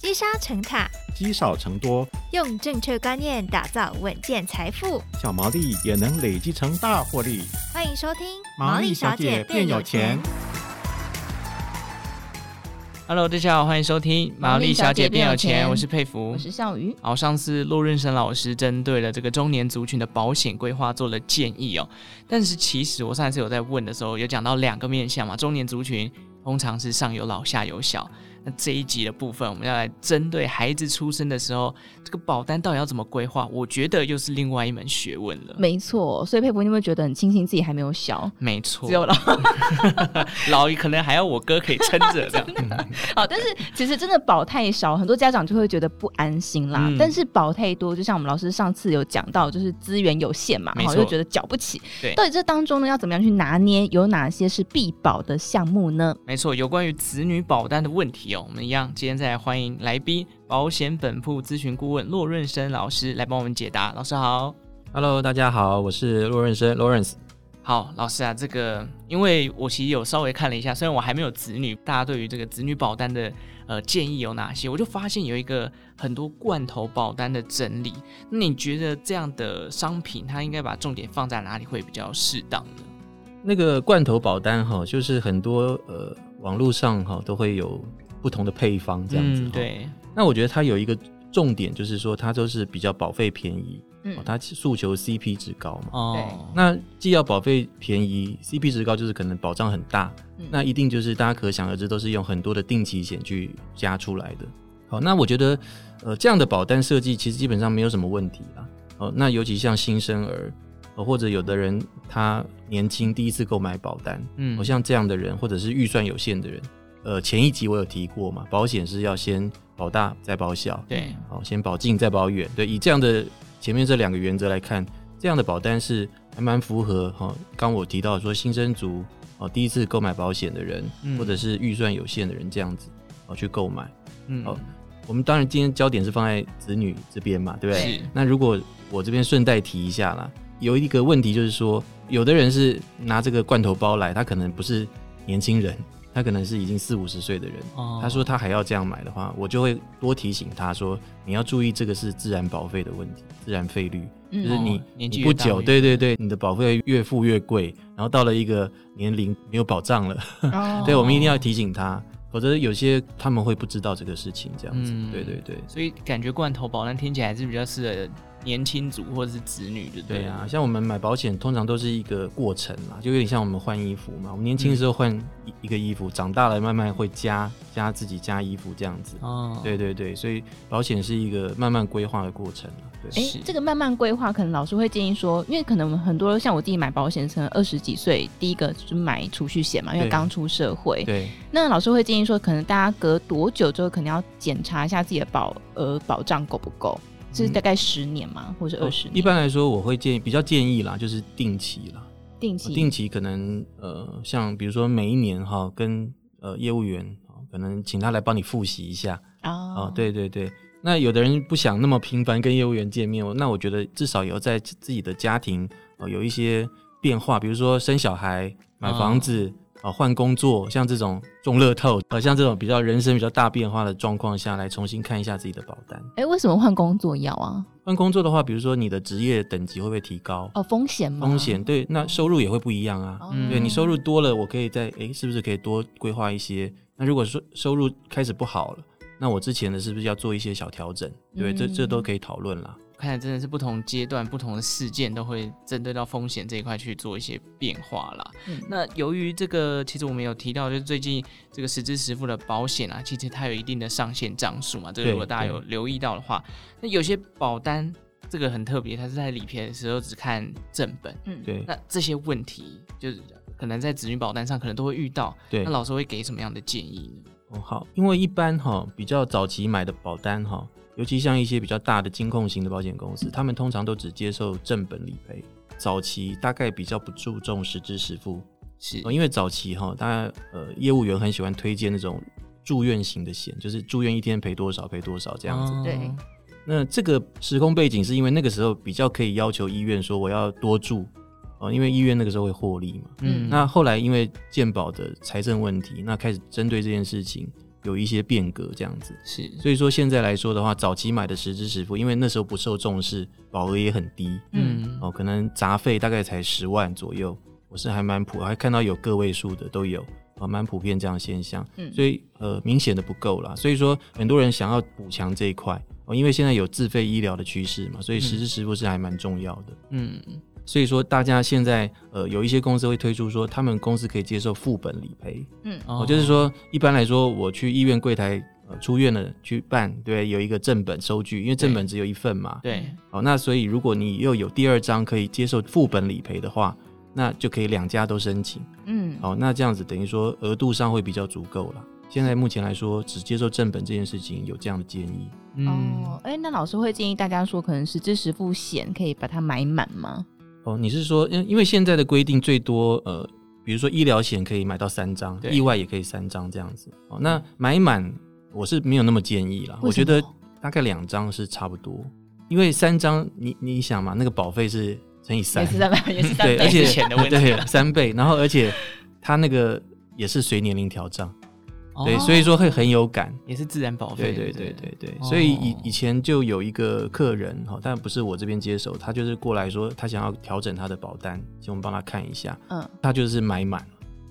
积沙成塔，积少成多，用正确观念打造稳健财富。小毛利也能累积成大获利。欢迎收听《毛利小姐变有钱》。 Hello，大家好，欢迎收听《毛利小姐变有钱》，我是佩服，我是笑鱼。好，上次陆润生老师针对了这个中年族群的保险规划做了建议哦，但是其实我上一次有在问的时候，有讲到两个面向嘛，中年族群通常是上有老下有小。那这一集的部分，我们要来针对孩子出生的时候，这个保单到底要怎么规划？我觉得又是另外一门学问了。没错，所以佩服，你有没有觉得很庆幸自己还没有小？没错，只有老 老可能还要我哥可以撑着这样。好，但是其实真的保太少，很多家长就会觉得不安心啦。嗯但是保太多，就像我们老师上次有讲到，就是资源有限嘛，没然错后就觉得缴不起。对到底这当中呢，要怎么样去拿捏？有哪些是必保的项 目呢？没错，有关于子女保单的问题哦，我们一样今天再来欢迎来宾保险本铺咨询顾问骆润生老师来帮我们解答。老师好。 Hello，大家好，我是洛润生 Lawrence。好，老师啊，这个因为我其实有稍微看了一下，虽然我还没有子女，大家对于这个子女保单的呃建议有哪些，我就发现有一个很多罐头保单的整理。那你觉得这样的商品，它应该把重点放在哪里会比较适当呢？那个罐头保单哈，就是很多呃网络上哈都会有不同的配方这样子、嗯、。对，那我觉得它有一个重点，就是说它都是比较保费便宜，嗯哦，它诉求 CP 值高嘛。哦，那既要保费便宜，CP 值高，就是可能保障很大，嗯那一定就是大家可想而知都是用很多的定期险去加出来的。好，那我觉得呃这样的保单设计其实基本上没有什么问题啦。哦，那尤其像新生儿，哦、或者有的人他年轻第一次购买保单，嗯哦，像这样的人或者是预算有限的人，呃前一集我有提过嘛，保险是要先保大再保小，对，好，先保近再保远。对，以这样的前面这两个原则来看，这样的保单是还蛮符合哈。刚我提到说新生族哦，第一次购买保险的人，嗯或者是预算有限的人这样子哦去购买。嗯，好我们当然今天焦点是放在子女这边嘛，对不对？是那如果我这边顺带提一下啦，有一个问题就是说，有的人是拿这个罐头包来，他可能不是年轻人，他可能是已经四五十岁的人。哦他说他还要这样买的话，我就会多提醒他说，你要注意这个是自然保费的问题，自然费率，嗯就是你、哦年纪你越不大久，越对对对，你的保费越付越贵，然后到了一个年龄没有保障了，哦对我们一定要提醒他，否则有些他们会不知道这个事情，这样子，嗯对对对。所以感觉罐头保单听起来还是比较适合年轻族或者是子女的，对啊，，像我们买保险通常都是一个过程啦，就有点像我们换衣服嘛。我们年轻的时候换一一个衣服，长大了慢慢会加加自己加衣服这样子。哦，对对对，所以保险是一个慢慢规划的过程啦对，哎是，这个慢慢规划，可能老师会建议说，因为可能我们很多像我自己买保险，可能二十几岁第一个就是买储蓄险嘛，因为对刚出社会。对，那老师会建议说，可能大家隔多久之后，可能要检查一下自己的保额保障够不够，是大概十年吗，或是二十年？嗯哦一般来说，我会建议比较建议啦，就是定期啦，定期定期可能呃，像比如说每一年哈，跟呃业务员哦可能请他来帮你复习一下啊、啊、对对对。那有的人不想那么频繁跟业务员见面，我那我觉得至少也要在自己的家庭哦有一些变化，比如说生小孩、买房子、啊换工作，像这种中乐透，呃像这种比较人生比较大变化的状况下来重新看一下自己的保单。哎、为什么换工作要啊？换工作的话，比如说你的职业等级会不会提高？哦，风险吗？风险对，那收入也会不一样啊。哦，嗯对你收入多了，我可以再诶，是不是可以多规划一些？那如果说收入开始不好了，那我之前的是不是要做一些小调整？对，这这都可以讨论啦。看来真的是不同阶段、不同的事件都会针对到风险这一块去做一些变化啦。嗯那由于这个，其实我们有提到，就是最近这个实支实付的保险啊，其实它有一定的上限张数嘛。这个对如果大家有对留意到的话，那有些保单这个很特别，它是在理赔的时候只看正本。嗯，对那这些问题就是可能在子女保单上可能都会遇到，对那，老师会给什么样的建议呢？哦好，因为一般哈、比较早期买的保单哈、尤其像一些比较大的金控型的保险公司，他们通常都只接受正本理赔，早期大概比较不注重实支实付。是哦，因为早期哈，大家呃业务员很喜欢推荐那种住院型的险，就是住院一天赔多少赔多少这样子。哦对那这个时空背景是因为那个时候比较可以要求医院说我要多住哦，因为医院那个时候会获利嘛。嗯，那后来因为健保的财政问题，那开始针对这件事情。有一些变革这样子。是所以说现在来说的话，早期买的实支实付，因为那时候不受重视，保额也很低嗯哦，可能杂费大概才十万左右，我是还蛮普，还看到有个位数的都有啊，蛮普遍这样的现象，嗯所以呃明显的不够啦，所以说很多人想要补强这一块哦，因为现在有自费医疗的趋势嘛，所以实支实付是还蛮重要的。嗯所以说，大家现在呃，有一些公司会推出说，他们公司可以接受副本理赔，嗯哦，就是说，一般来说，我去医院柜台、呃、出院了去办，对，有一个正本收据，因为正本只有一份嘛。对好、哦那所以如果你又有第二张可以接受副本理赔的话，那就可以两家都申请。嗯好、那这样子等于说额度上会比较足够了。现在目前来说，只接受正本这件事情有这样的建议。嗯哦，哎、那老师会建议大家说，可能实支实付险可以把它买满吗？哦，你是说，因因为现在的规定最多呃，比如说医疗险可以买到三张，对意外也可以三张这样子。哦，那买满我是没有那么建议啦，我为什觉么得大概两张是差不多，因为三张你你想嘛，那个保费是乘以三也，是在买，也是在 对，买而且是钱的问题对三倍，然后而且它那个也是随年龄调涨，对，哦所以说会很有感。也是自然保费，对对不对对对，所以以哦以前就有一个客人哈，但不是我这边接手，他就是过来说他想要调整他的保单，请我们帮他看一下，嗯，他就是买满了，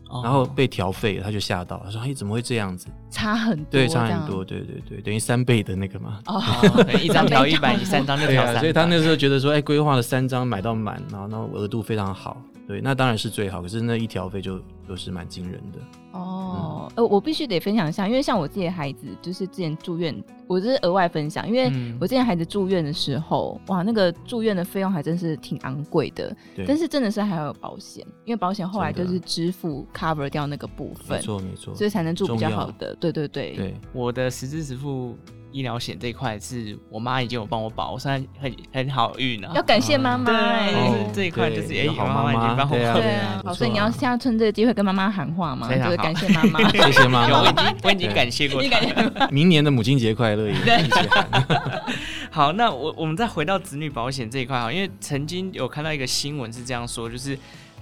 哦然后被调费了，他就吓到，他说哎怎么会这样子？差很多，对，差很多，。对对对，等于三倍的那个嘛。哦， 哦可能一张调一百，三倍你三张就对调啊，三，所以他那时候觉得说，哎，规划了三张买到满，然后那额度非常好，对，那当然是最好。可是那一调费就就是蛮惊人的，哦，呃，我必须得分享一下，因为像我自己的孩子，就是之前住院，我这是额外分享，因为嗯我之前孩子住院的时候，哇，那个住院的费用还真是挺昂贵的，对但是真的是还有保险，因为保险后来就真的是支付 cover 掉那个部没分，错没错，所以才能住比较好重的，对对对，对， 我的实支实付医疗险这一块是我妈已经有帮我保，我现在很很好运啊要。感谢妈妈、对哎哦对这一块就是对哎有好妈妈妈已经帮我对啊保 对对啊，不好所以错你要啊下趁这个机会跟妈妈喊话嘛，非常就是好感谢妈 妈，谢谢妈有，我已妈。经我已经感谢过你她感了。 觉明年的母亲节快乐也一起喊。好，那我我们再回到子女保险这一块哈，因为曾经有看到一个新闻是这样说，就是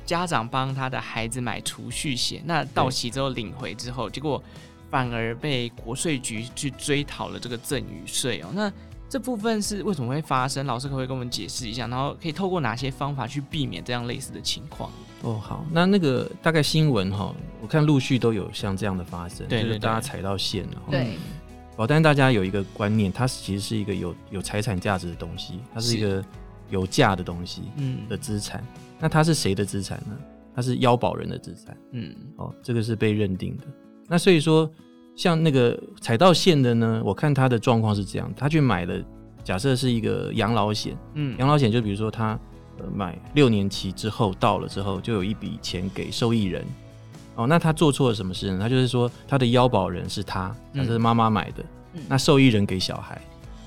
家长帮他的孩子买储蓄险，那到期之后领回之后，结果反而被国税局去追讨了这个赠与税哦。那这部分是为什么会发生？老师可不可以跟我们解释一下？然后可以透过哪些方法去避免这样类似的情况？哦，好，那那个大概新闻哈，我看陆续都有像这样的发生，对就是对大家对踩到线了。对，保单大家有一个观念，它其实是一个有有财产价值的东西，它是一是个有价的东西嗯的资产。那它是谁的资产呢？它是腰保人的资产。嗯，哦，这个是被认定的。那所以说，像那个踩到线的呢，我看他的状况是这样，他去买了，假设是一个养老险，嗯养老险就比如说他、呃、买六年期之后到了之后，就有一笔钱给受益人。哦，那他做错了什么事呢？他就是说他的腰保人是他，假设是妈妈买的，嗯那受益人给小孩。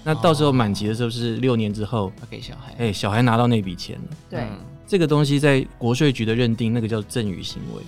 那到时候满期的时候是六年之后，要给小孩，哎、小孩拿到那笔钱了。对嗯，这个东西在国税局的认定，那个叫赠与行为。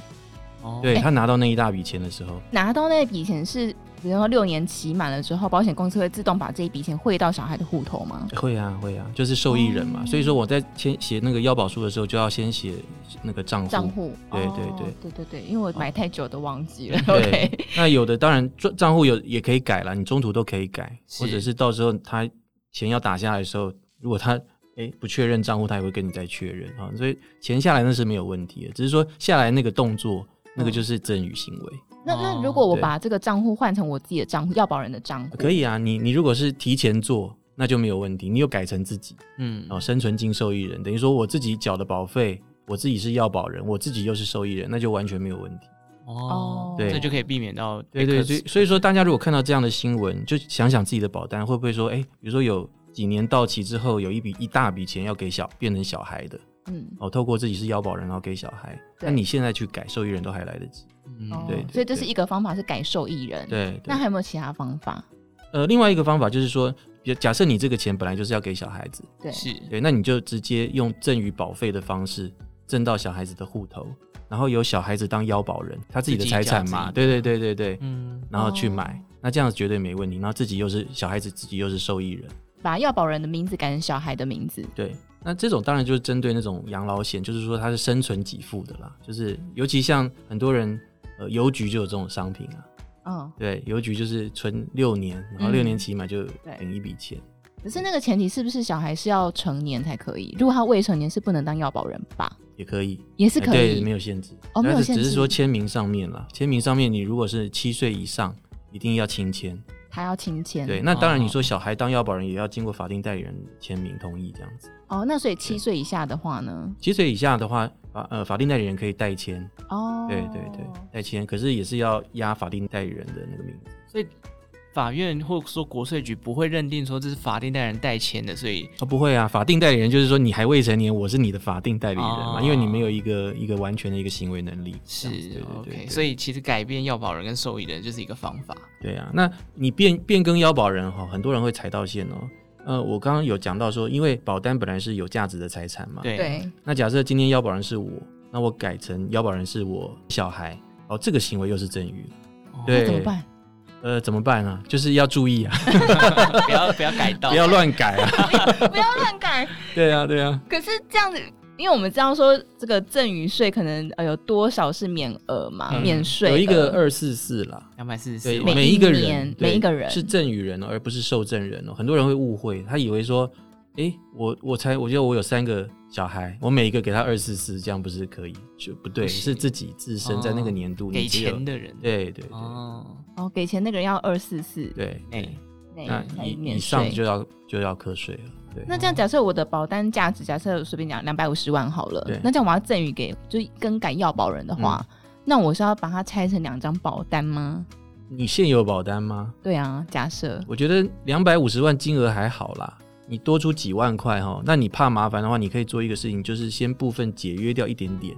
哦对他拿到那一大笔钱的时候，拿到那笔钱是，比如说六年期满了之后，保险公司会自动把这一笔钱汇到小孩的户头吗？会啊会啊，就是受益人嘛。所以说我在签写那个腰保书的时候，就要先写那个账户。账户？对哦对对嗯对对对，因为我买太久都忘记了。 对 OK，那有的当然账账户有也可以改了，你中途都可以改，是或者是到时候他钱要打下来的时候，如果他哎不确认账户，他也会跟你再确认啊。所以钱下来那是没有问题的，只是说下来那个动作，那个就是赠与行为。那哦那如果我对把这个账户换成我自己的账户，要保人的账户，可以啊，你你如果是提前做，那就没有问题，你有改成自己。嗯哦，生存金受益人，等于说我自己缴的保费，我自己是要保人，我自己又是受益人，那就完全没有问题。哦，对这就可以避免到被对对，克所以制所以说大家如果看到这样的新闻，就想想自己的保单会不会说，哎，比如说有几年到期之后，有一笔一大笔钱要给小变成小孩的，嗯，哦，透过自己是要保人，然后给小孩，对那你现在去改受益人都还来得及。嗯哦对对所以这是对一个方法，是改受益人。，对，对那还有没有其他方法？呃，另外一个方法就是说，比假设你这个钱本来就是要给小孩子，对，是对，那你就直接用赠与保费的方式赠到小孩子的户头，然后由小孩子当腰保人，他自己的财产嘛，自己对对对对对，嗯然后去哦买，那这样子绝对没问题。然后自己又是小孩子，自己又是受益人，把要保人的名字改成小孩的名字。对。那这种当然就是针对那种养老险，就是说它是生存给付的啦，就是尤其像很多人呃邮局就有这种商品啊，嗯，对，邮局就是存六年，然后嗯六年期满就对领一笔钱。可是那个前提是不是小孩是要成年才可以？如果他未成年是不能当要保人吧？也可以，也是哎可对，以，没有限制。哦没有但是限只是制说签名上面啦，签名上面你如果是七岁以上，一定要亲签。他要亲签。对，那当然哦你说小孩当要保人也要经过法定代理人签名同意这样子。哦，那所以七岁以下的话呢？七岁以下的话，法呃法定代理人可以代签，哦，对对对，代签，可是也是要压法定代理人的那个名字。法院或者说国税局不会认定说这是法定代理人代签的，所以哦，不会啊，法定代理人就是说你还未成年，我是你的法定代理人嘛，哦因为你没有一个一个完全的一个行为能力。是这样子对对对 OK。对所以其实改变要保人跟受益人就是一个方法。对啊，那你变变更腰保人哈，很多人会踩到线哦。呃，我刚刚有讲到说，因为保单本来是有价值的财产嘛，。对，对，那假设今天腰保人是我，那我改成腰保人是我小孩，哦，这个行为又是赠与，哦对那怎么办？呃，怎么办啊？就是要注意啊，不要不要改哦到，不要乱 改啊。 不要乱改。对啊，对啊，可是这样子，因为我们知道说这个赠与税可能呃有多少是免额嘛，嗯免税额有一个二四四啦。两百四十对，四每每一个年人，对每一个人是赠与人哦，而不是受赠人哦。很多人会误会，他以为说，诶，我我才，我觉得我有三个小孩，我每一个给他二四四，这样不是可以？就不对，不行是自己自身在那个年度、你给只有钱。的人。对对对、哦，哦，给钱那个人要二四四对，哎、内那才以免以上税。就要就要课税了。对，那这样，假设我的保单价值，假设随便讲两百五十万好了对，嗯那这样我要赠与给就是更改要保人的话，那我是要把它拆成两张保单吗？你现有保单吗？对啊，假设我觉得两百五十万金额还好啦，你多出几万块哈，那你怕麻烦的话，你可以做一个事情，就是先部分解约掉一点点，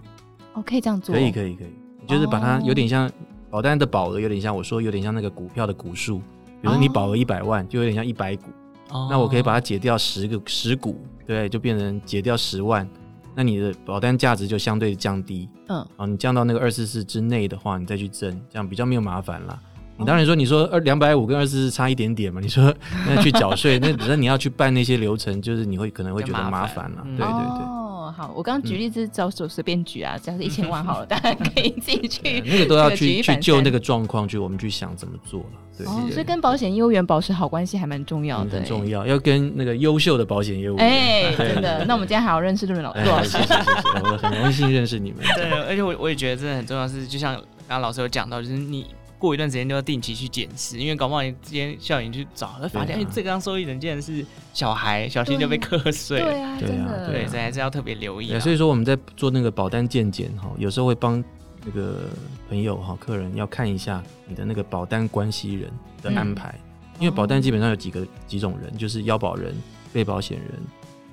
哦，可以这样做，可以可以可以，就是把它有点像保单的保额，有点像我说有点像那个股票的股数，比如说你保额一百万，就有点像一百股，哦那我可以把它解掉十个十股，对，就变成解掉十万，那你的保单价值就相对降低，嗯，啊，你降到那个二四四之内的话，你再去增，这样比较没有麻烦啦。哦你当然说，你说二两百五跟二四四差一点点嘛，你说那去缴 税，那只是你要去办那些流程，就是你会可能会觉得更麻麻烦烦啦。嗯对对嗯对。哦，好，我刚刚举例子，找手随便举啊，假设一千万好 了，大家可以自己去那个都要这举去一去反就三那个状况去，我们去想怎么做了。对，哦，所以对跟保险业务员保持好关系还蛮重要嗯的、欸很重。要，要跟那个优秀的保险业务员。哦哎、对真的。那我们今天还要认识陆老陆哎老是师是是， 是，我很荣幸认识你们。对，啊而且我我也觉得真的很重要是，就像刚刚老师有讲到，就是你过一段时间就要定期去检视，因为搞不好你今天校园去找，那发现哎、对啊这个当受益人竟然是小孩，小心就被课税了。啊，真对啊对对，啊的，所以还是要特别留意、对，啊。所以说我们在做那个保单健检哈，有时候会帮那个朋友哈、客人要看一下你的那个保单关系人的安排，因为保单基本上有几个几种人，就是要保人、被保险人，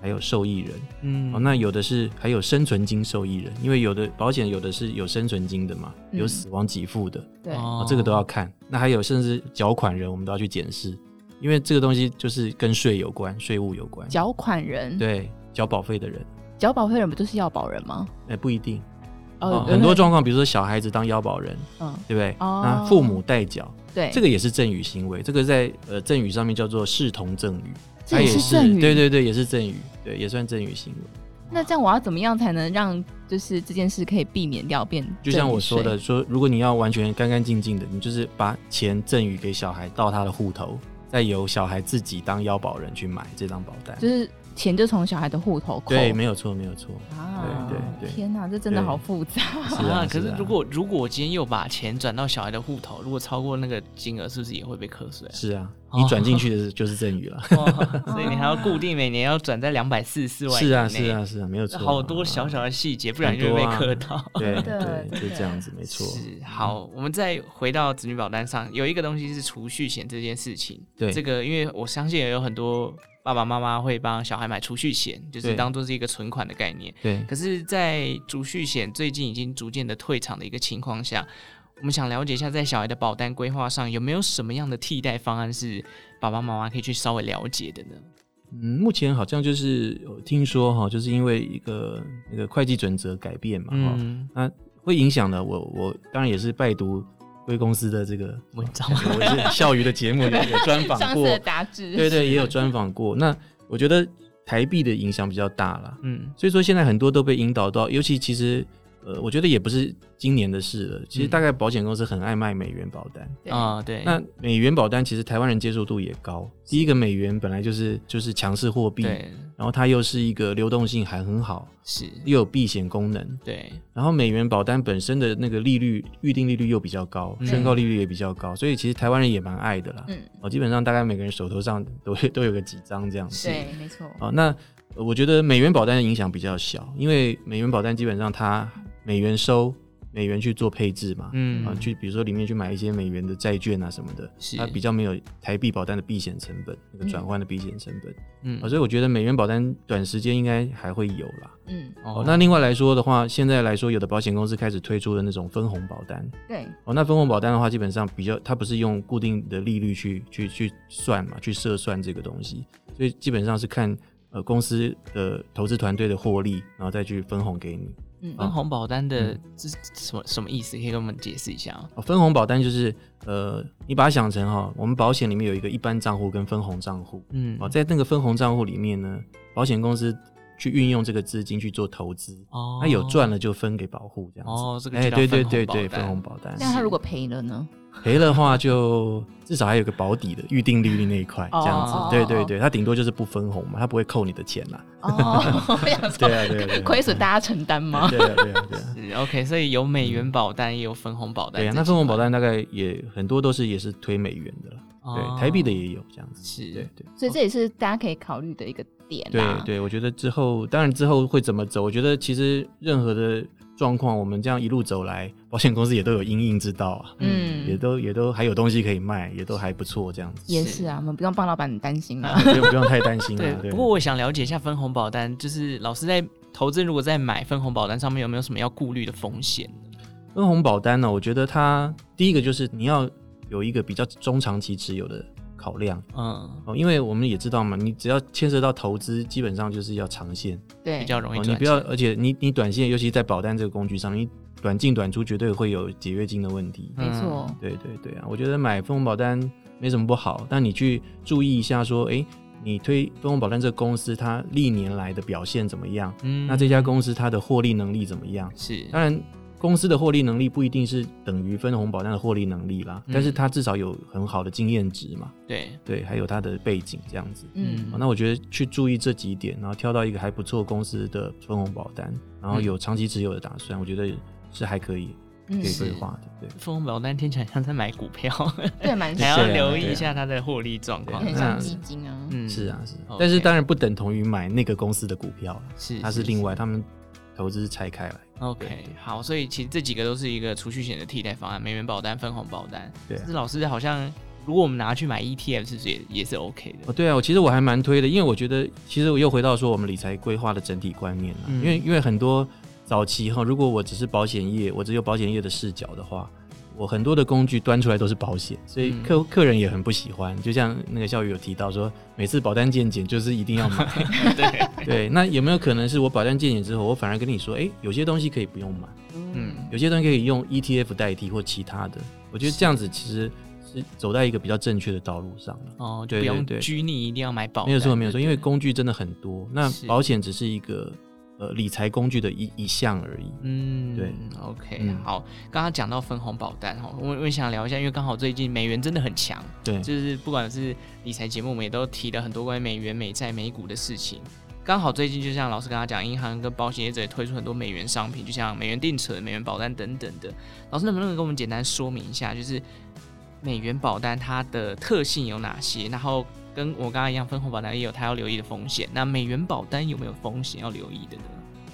还有受益人。嗯哦，那有的是还有生存金受益人，因为有的保险有的是有生存金的嘛，嗯有死亡给付的，对，哦，这个都要看。那还有甚至缴款人，我们都要去检视，因为这个东西就是跟税有关，税务有关。缴款人，对，缴保费的人，缴保费人不就是要保人吗？哎、不一定。哦哦，很多种，状况，比如说小孩子当腰保人，嗯，对不对？哦那父母代缴，对，这个也是赠与行为，这个在呃赠与上面叫做视同赠与，这也它是赠与，对。对对，也是赠与，对，也算赠与行为。那这样我要怎么样才能让就是这件事可以避免掉变？就像我说的，，说如果你要完全干干净净的，你就是把钱赠与给小孩到他的户头，再由小孩自己当腰保人去买这张保单。就是钱就从小孩的户头扣，对，没有错，没有 错。啊，对对对天哪，这真的对好复杂。是啊，可是啊如果如果我今天又把钱转到小孩的户头，如果超过那个金额，是不是也会被课税啊？是啊，哦你转进去的就是赠与 了。哇所以你还要固定每年要转在两百四十四万以是啊，内是啊，，是啊，没有错啊。好多小小的细节，不然很就会被多啊课 到。 对真的对，真就的这样子，没错。是好，我们再回到子女保单上，有一个东西是储蓄险这件事情。对这个因为我相信也有很多爸爸妈妈会帮小孩买储蓄险，就是对当做是一个存款的概念。对，可是，在储蓄险最近已经逐渐的退场的一个情况下，我们想了解一下，在小孩的保单规划上有没有什么样的替代方案是爸爸妈妈可以去稍微了解的呢？嗯，目前好像就是有听说哈，就是因为一个那个会计准则改变嘛，哈、嗯，会影响了我。我当然也是拜读贵公司的这个， 文章我是校娱的 节目有有专访上次过的，杂志，对对，也有专访过。那我觉得台币的影响比较大啦，嗯所以说现在很多都被引导到，尤其其实呃，我觉得也不是今年的事了。其实嗯大概保险公司很爱卖美元保单，对啊，对，那美元保单其实台湾人接受度也高。第一个，美元本来就是就是强势货币，对然后它又是一个流动性还很好，是，又有避险功能。对，然后美元保单本身的那个利率预定利率又比较高，嗯宣告利率也比较高，所以其实台湾人也蛮爱的啦。嗯，哦，基本上大概每个人手头上都会都有个几张这样子。对，没错，啊、那呃我觉得美元保单的影响比较小，因为美元保单基本上它美元收，美元去做配置嘛，嗯啊，去比如说里面去买一些美元的债券啊什么的，是它比较没有台币保单的避险成本，那个转嗯换的避险成本嗯啊、所以我觉得美元保单短时间应该还会有啦。嗯，哦，那另外来说的话，现在来说，有的保险公司开始推出的那种分红保单，对，哦，那分红保单的话，基本上比较它不是用固定的利率去去去算嘛，去设算这个东西，所以基本上是看呃公司的投资团队的获利，然后再去分红给你。嗯，分红保单的这什么什么意思？可以跟我们解释一下吗？嗯哦，分红保单就是呃，你把它想成哈、我们保险里面有一个一般账户跟分红账户，嗯，哦，在那个分红账户里面呢，保险公司去运用这个资金去做投资，哦那有赚了就分给保户这样子。哦，这个哎，就叫对对分红保单对对，分红保单那他如果赔了呢？赔了话，就至少还有个保底的预定利率那一块，哦这样子哦。对哦对哦对，它顶多就是不分红嘛，它不会扣你的钱啦。哦， 我想说对啊对啊对啊，亏损大家承担吗？对啊 对啊对啊。是 OK，所以有美元保单，也有分红保单。嗯对啊，那分红保单大概也很多都是也是推美元的啦，哦对，台币的也有这样子。是对对所以这也是大家可以考虑的一个点对啦。对，我觉得之后当然之后会怎么走，我觉得其实任何的状况，我们这样一路走来，保险公司也都有因应之道啊，也嗯，都也都还有东西可以卖，也都还不错这样子，也是啊，我们不用帮老板担心了。 不用不用太担心对了。对，不过我想了解一下分红保单，就是老师在投资如果在买分红保单上面有没有什么要顾虑的风险？分红保单呢，我觉得它第一个就是你要有一个比较中长期持有的考量嗯，哦，因为我们也知道嘛，你只要牵涉到投资，基本上就是要长线对比，较容易哦，赚钱。你不要，而且你你短线，尤其在保单这个工具上，你短进短出绝对会有解约金的问题。嗯没错，对对对啊，我觉得买分红保单没什么不好，但你去注意一下说，诶，你推分红保单这个公司它历年来的表现怎么样？嗯那这家公司它的获利能力怎么样？是当然，公司的获利能力不一定是等于分红保单的获利能力啦，嗯但是它至少有很好的经验值嘛，对，对，还有它的背景这样子。嗯哦那我觉得去注意这几点，然后挑到一个还不错公司的分红保单，然后有长期持有的打算，我觉得是还可以嗯可，以是规划的。对，分红保单听起来像在买股 票， 对，蛮还像要对啊留意一下它的获利状况。很对像那基金啊。嗯，是啊，是啊 OK 但是当然不等同于买那个公司的股票啦，嗯是，它是另外，他们投资是拆开来。 OK，好，所以其实这几个都是一个储蓄险的替代方案，美元保单、分红保单。对啊但是老师好像如果我们拿去买 ETF，是不是也也是 OK 哦，的？对啊，我其实我还蛮推的，因为我觉得其实我又回到说我们理财规划的整体观念了、嗯因为因为很多早期哈，如果我只是保险业，我只有保险业的视角的话，我很多的工具端出来都是保险，所以嗯客、客人也很不喜欢。就像那个校友有提到说，每次保单健检就是一定要买， 对对。那有没有可能是我保单健检之后，我反而跟你说，哎，有些东西可以不用买，嗯，有些东西可以用 ETF 代替或其他的？我觉得这样子其实是走在一个比较正确的道路上了。哦，就对不用对对拘泥一定要买保单。没有错，没有错，对因为工具真的很多，那是保险只是一个呃理财工具的一一项而已。嗯，对，OK，、嗯好，刚刚讲到分红保单哈，我我也想聊一下，因为刚好最近美元真的很强，对，就是不管是理财节目，我们也都提了很多关于美元、美债、美股的事情。刚好最近就像老师刚刚讲，银行跟保险业者也推出很多美元商品，就像美元定存、美元保单等等的。老师能不能跟我们简单说明一下，就是美元保单它的特性有哪些？然后跟我刚刚一样，分红保单也有它要留意的风险。那美元保单有没有风险要留意的呢？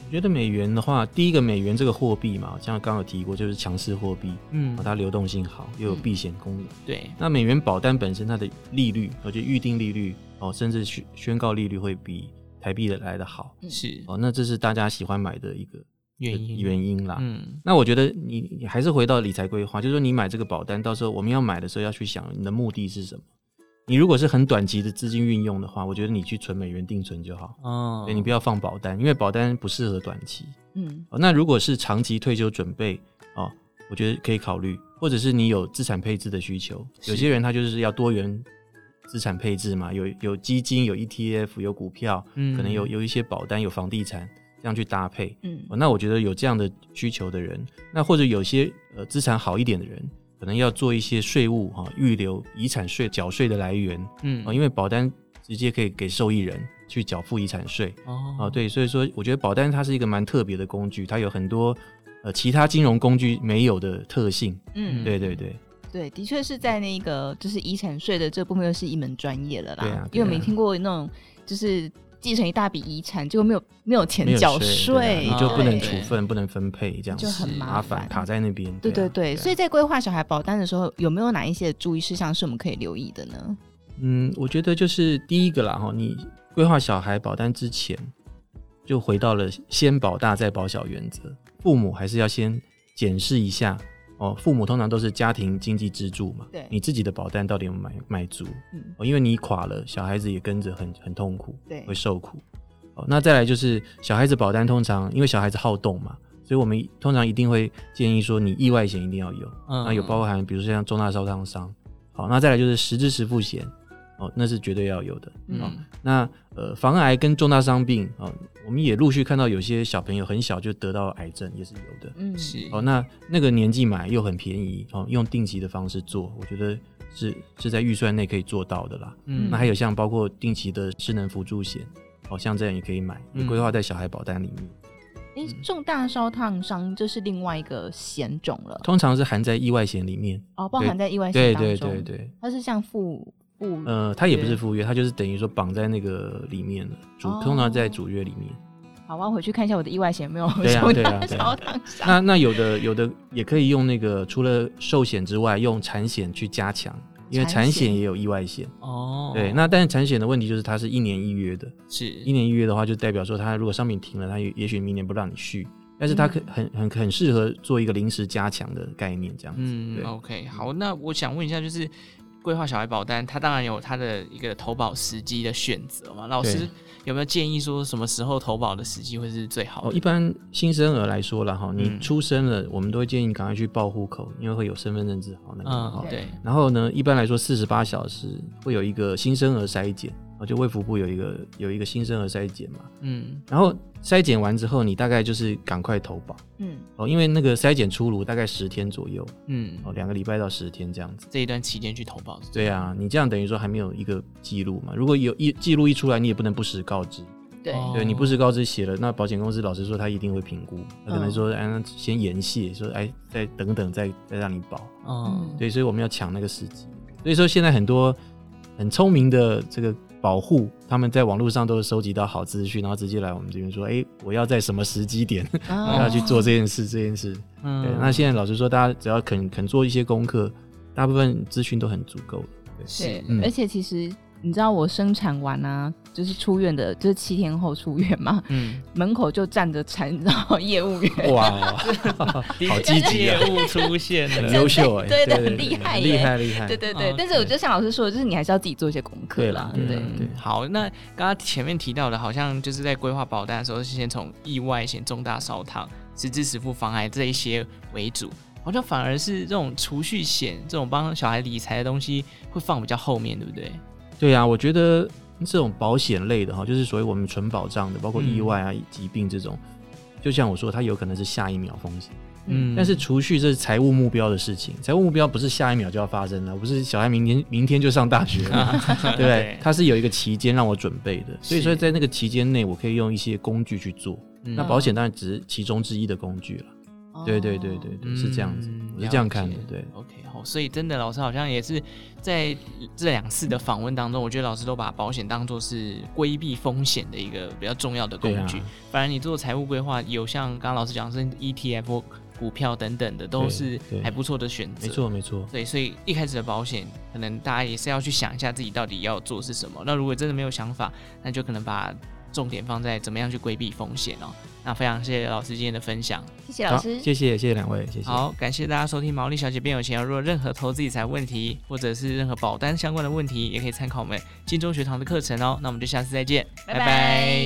我觉得美元的话，第一个美元这个货币嘛，像刚刚有提过，就是强势货币，嗯哦，它流动性好，又有嗯避险功能。对，那美元保单本身它的利率，我觉得预定利率哦，甚至宣宣告利率会比台币的来的好嗯是哦，那这是大家喜欢买的一个原因，原因啦。嗯，那我觉得你你还是回到理财规划，就是说你买这个保单，到时候我们要买的时候要去想你的目的是什么。你如果是很短期的资金运用的话，我觉得你去存美元定存就好，哦对你不要放保单，因为保单不适合短期。嗯哦那如果是长期退休准备哦，我觉得可以考虑，或者是你有资产配置的需求，是有些人他就是要多元资产 E 配置嘛，有有基金、有 ETF、有股票，嗯可能有有一些保单、有房地产，这这样去搭配。嗯哦那我觉得有这样的需求的人，那或者有些呃资产好一点的人，可能要做一些税务哈、预留遗产税缴税的来源嗯啊、哦因为保单直接可以给受益人去缴付遗产税啊、哦，对，所以说我觉得保单它是一个蛮特别的工具，它有很多呃其他金融工具没有的特性。嗯，对对对，对，的确是在那个就是遗产税的这部分又是一门专业了啦，对啊因为我没对啊听过那种就是继承一大笔遗产，结果没有没有没钱有缴对啊你就不对能处分，不能分配，这样就很是麻麻烦卡在那边。对对对啊对，啊所以在规划小孩保单的时候，有没有哪一些注意事项是我们可以留意的呢？嗯，我觉得就是第一个啦哈，你规划小孩保单之前，就回到了先保大再保小原则，父母还是要先检视一下哦。父母通常都是家庭经济支柱嘛，对你自己的保单到底有没有买买足、嗯，哦，因为你垮了，小孩子也跟着很很痛苦，对会受苦。哦，那再来就是小孩子保单，通常因为小孩子好动嘛，所以我们通常一定会建议说，你意外险一定要有。嗯那有包含比如说像重大烧烫伤，好，那再来就是实支实付险，哦，那是绝对要有的。嗯那呃，防癌跟重大伤病啊、哦我们也陆续看到有些小朋友很小就得到癌症，也是有的。嗯，是哦，那那个年纪买又很便宜哦，用定期的方式做，我觉得是是在预算内可以做到的啦。嗯那还有像包括定期的失能辅助险，哦，像这样也可以买，也嗯规划在小孩保单里面，诶嗯重大烧烫伤这是另外一个险种了，通常是含在意外险里面。哦，包含在意外险对当对中，对对，它是像附附呃，它也不对是赴约，它就是等于说绑在那个里面了，主、哦通常在主约里面。好，我要回去看一下我的意外险有没有对啊重对啊大对啊烧烫伤。那那有的有的也可以用那个除了寿险之外，用产险去加强，因为产产险险也有意外险。哦，对，那但是产险的问题就是它是一年一约的，是一年一约的话，就代表说它如果商品停了，它也也许明年不让你续，但是嗯它可很很很适合做一个临时加强的概念，这样子。嗯对，OK，好，那我想问一下，就是规划小孩保单，它当然有它的一个投保时机的选择嘛。老师对有没有建议说什么时候投保的时机会是最好哦，的？一般新生儿来说了哈，你嗯出生了，我们都会建议你赶快去报户口，因为会有身份证字号那个哈嗯，。对，然后呢，一般来说四十八小时会有一个新生儿筛检，哦，就卫福部有一个有一个新生儿筛检嘛。嗯，然后筛检完之后，你大概就是赶快投保嗯，哦，因为那个筛检出炉大概十天左右，嗯，哦，两个礼拜到十天这样子。这一段期间去投保是最对啊，你这样等于说还没有一个记录嘛？如果有一记录一出来，你也不能不实告知。对，哦对你不实告知写了，那保险公司老实说他一定会评估，他可能说哎、那先延谢，说哎再等等再再让你保。嗯，对，所以我们要抢那个时机。所以说现在很多很聪明的这个保护，他们在网络上都收集到好资讯，然后直接来我们这边说，哎，我要在什么时机点、哦要去做这件事，这件事。嗯对，那现在老实说，大家只要肯肯做一些功课，大部分资讯都很足够。对，嗯而且其实你知道我生产完啊，就是出院的，就是七天后出院嘛， 嗯，门口就站着产道业务员，哇，好好积极业啊！务出现 很了，优秀哎、对的对对对很厉害很耶厉害厉害，对对对。哦但是我就像老师说的，就是你还是要自己做一些功课啊对啦啦，对嗯不对。嗯，好，那刚刚前面提到的，好像就是在规划保单的时候，是先从意外险、重大烧烫、实质实付防癌这一些为主，好像反而是这种储蓄险这种帮小孩理财的东西会放比较后面，对不对？对啊，我觉得这种保险类的哈，就是所谓我们纯保障的，包括意外啊、疾病这种，就像我说，它有可能是下一秒风险。嗯但是储蓄这是财务目标的事情，财务目标不是下一秒就要发生的，不是小孩明天明天就上大学了，对不对？它是有一个期间让我准备的，所以说在那个期间内，我可以用一些工具去做。嗯那保险当然只是其中之一的工具了。哦对对对对对，是这样子嗯，我是这样看的了解。对， OK，好，所以真的老师好像也是在这两次的访问当中，我觉得老师都把保险当做是规避风险的一个比较重要的工对啊具。反而你做财务规划，有像刚刚老师讲是 ETF 或股票等等的，都对是对还不错的选择。没错没错。对，所以一开始的保险，可能大家也是要去想一下自己到底要做是什么。那如果真的没有想法，那就可能把重点放在怎么样去规避风险哦。那非常谢谢老师今天的分享。哦谢谢老好师，谢谢谢谢两位，谢谢。好，感谢大家收听《毛利小姐变有钱》。如果有任何投资理财问题，或者是任何保单相关的问题，也可以参考我们金钟学堂的课程哦。那我们就下次再见，拜拜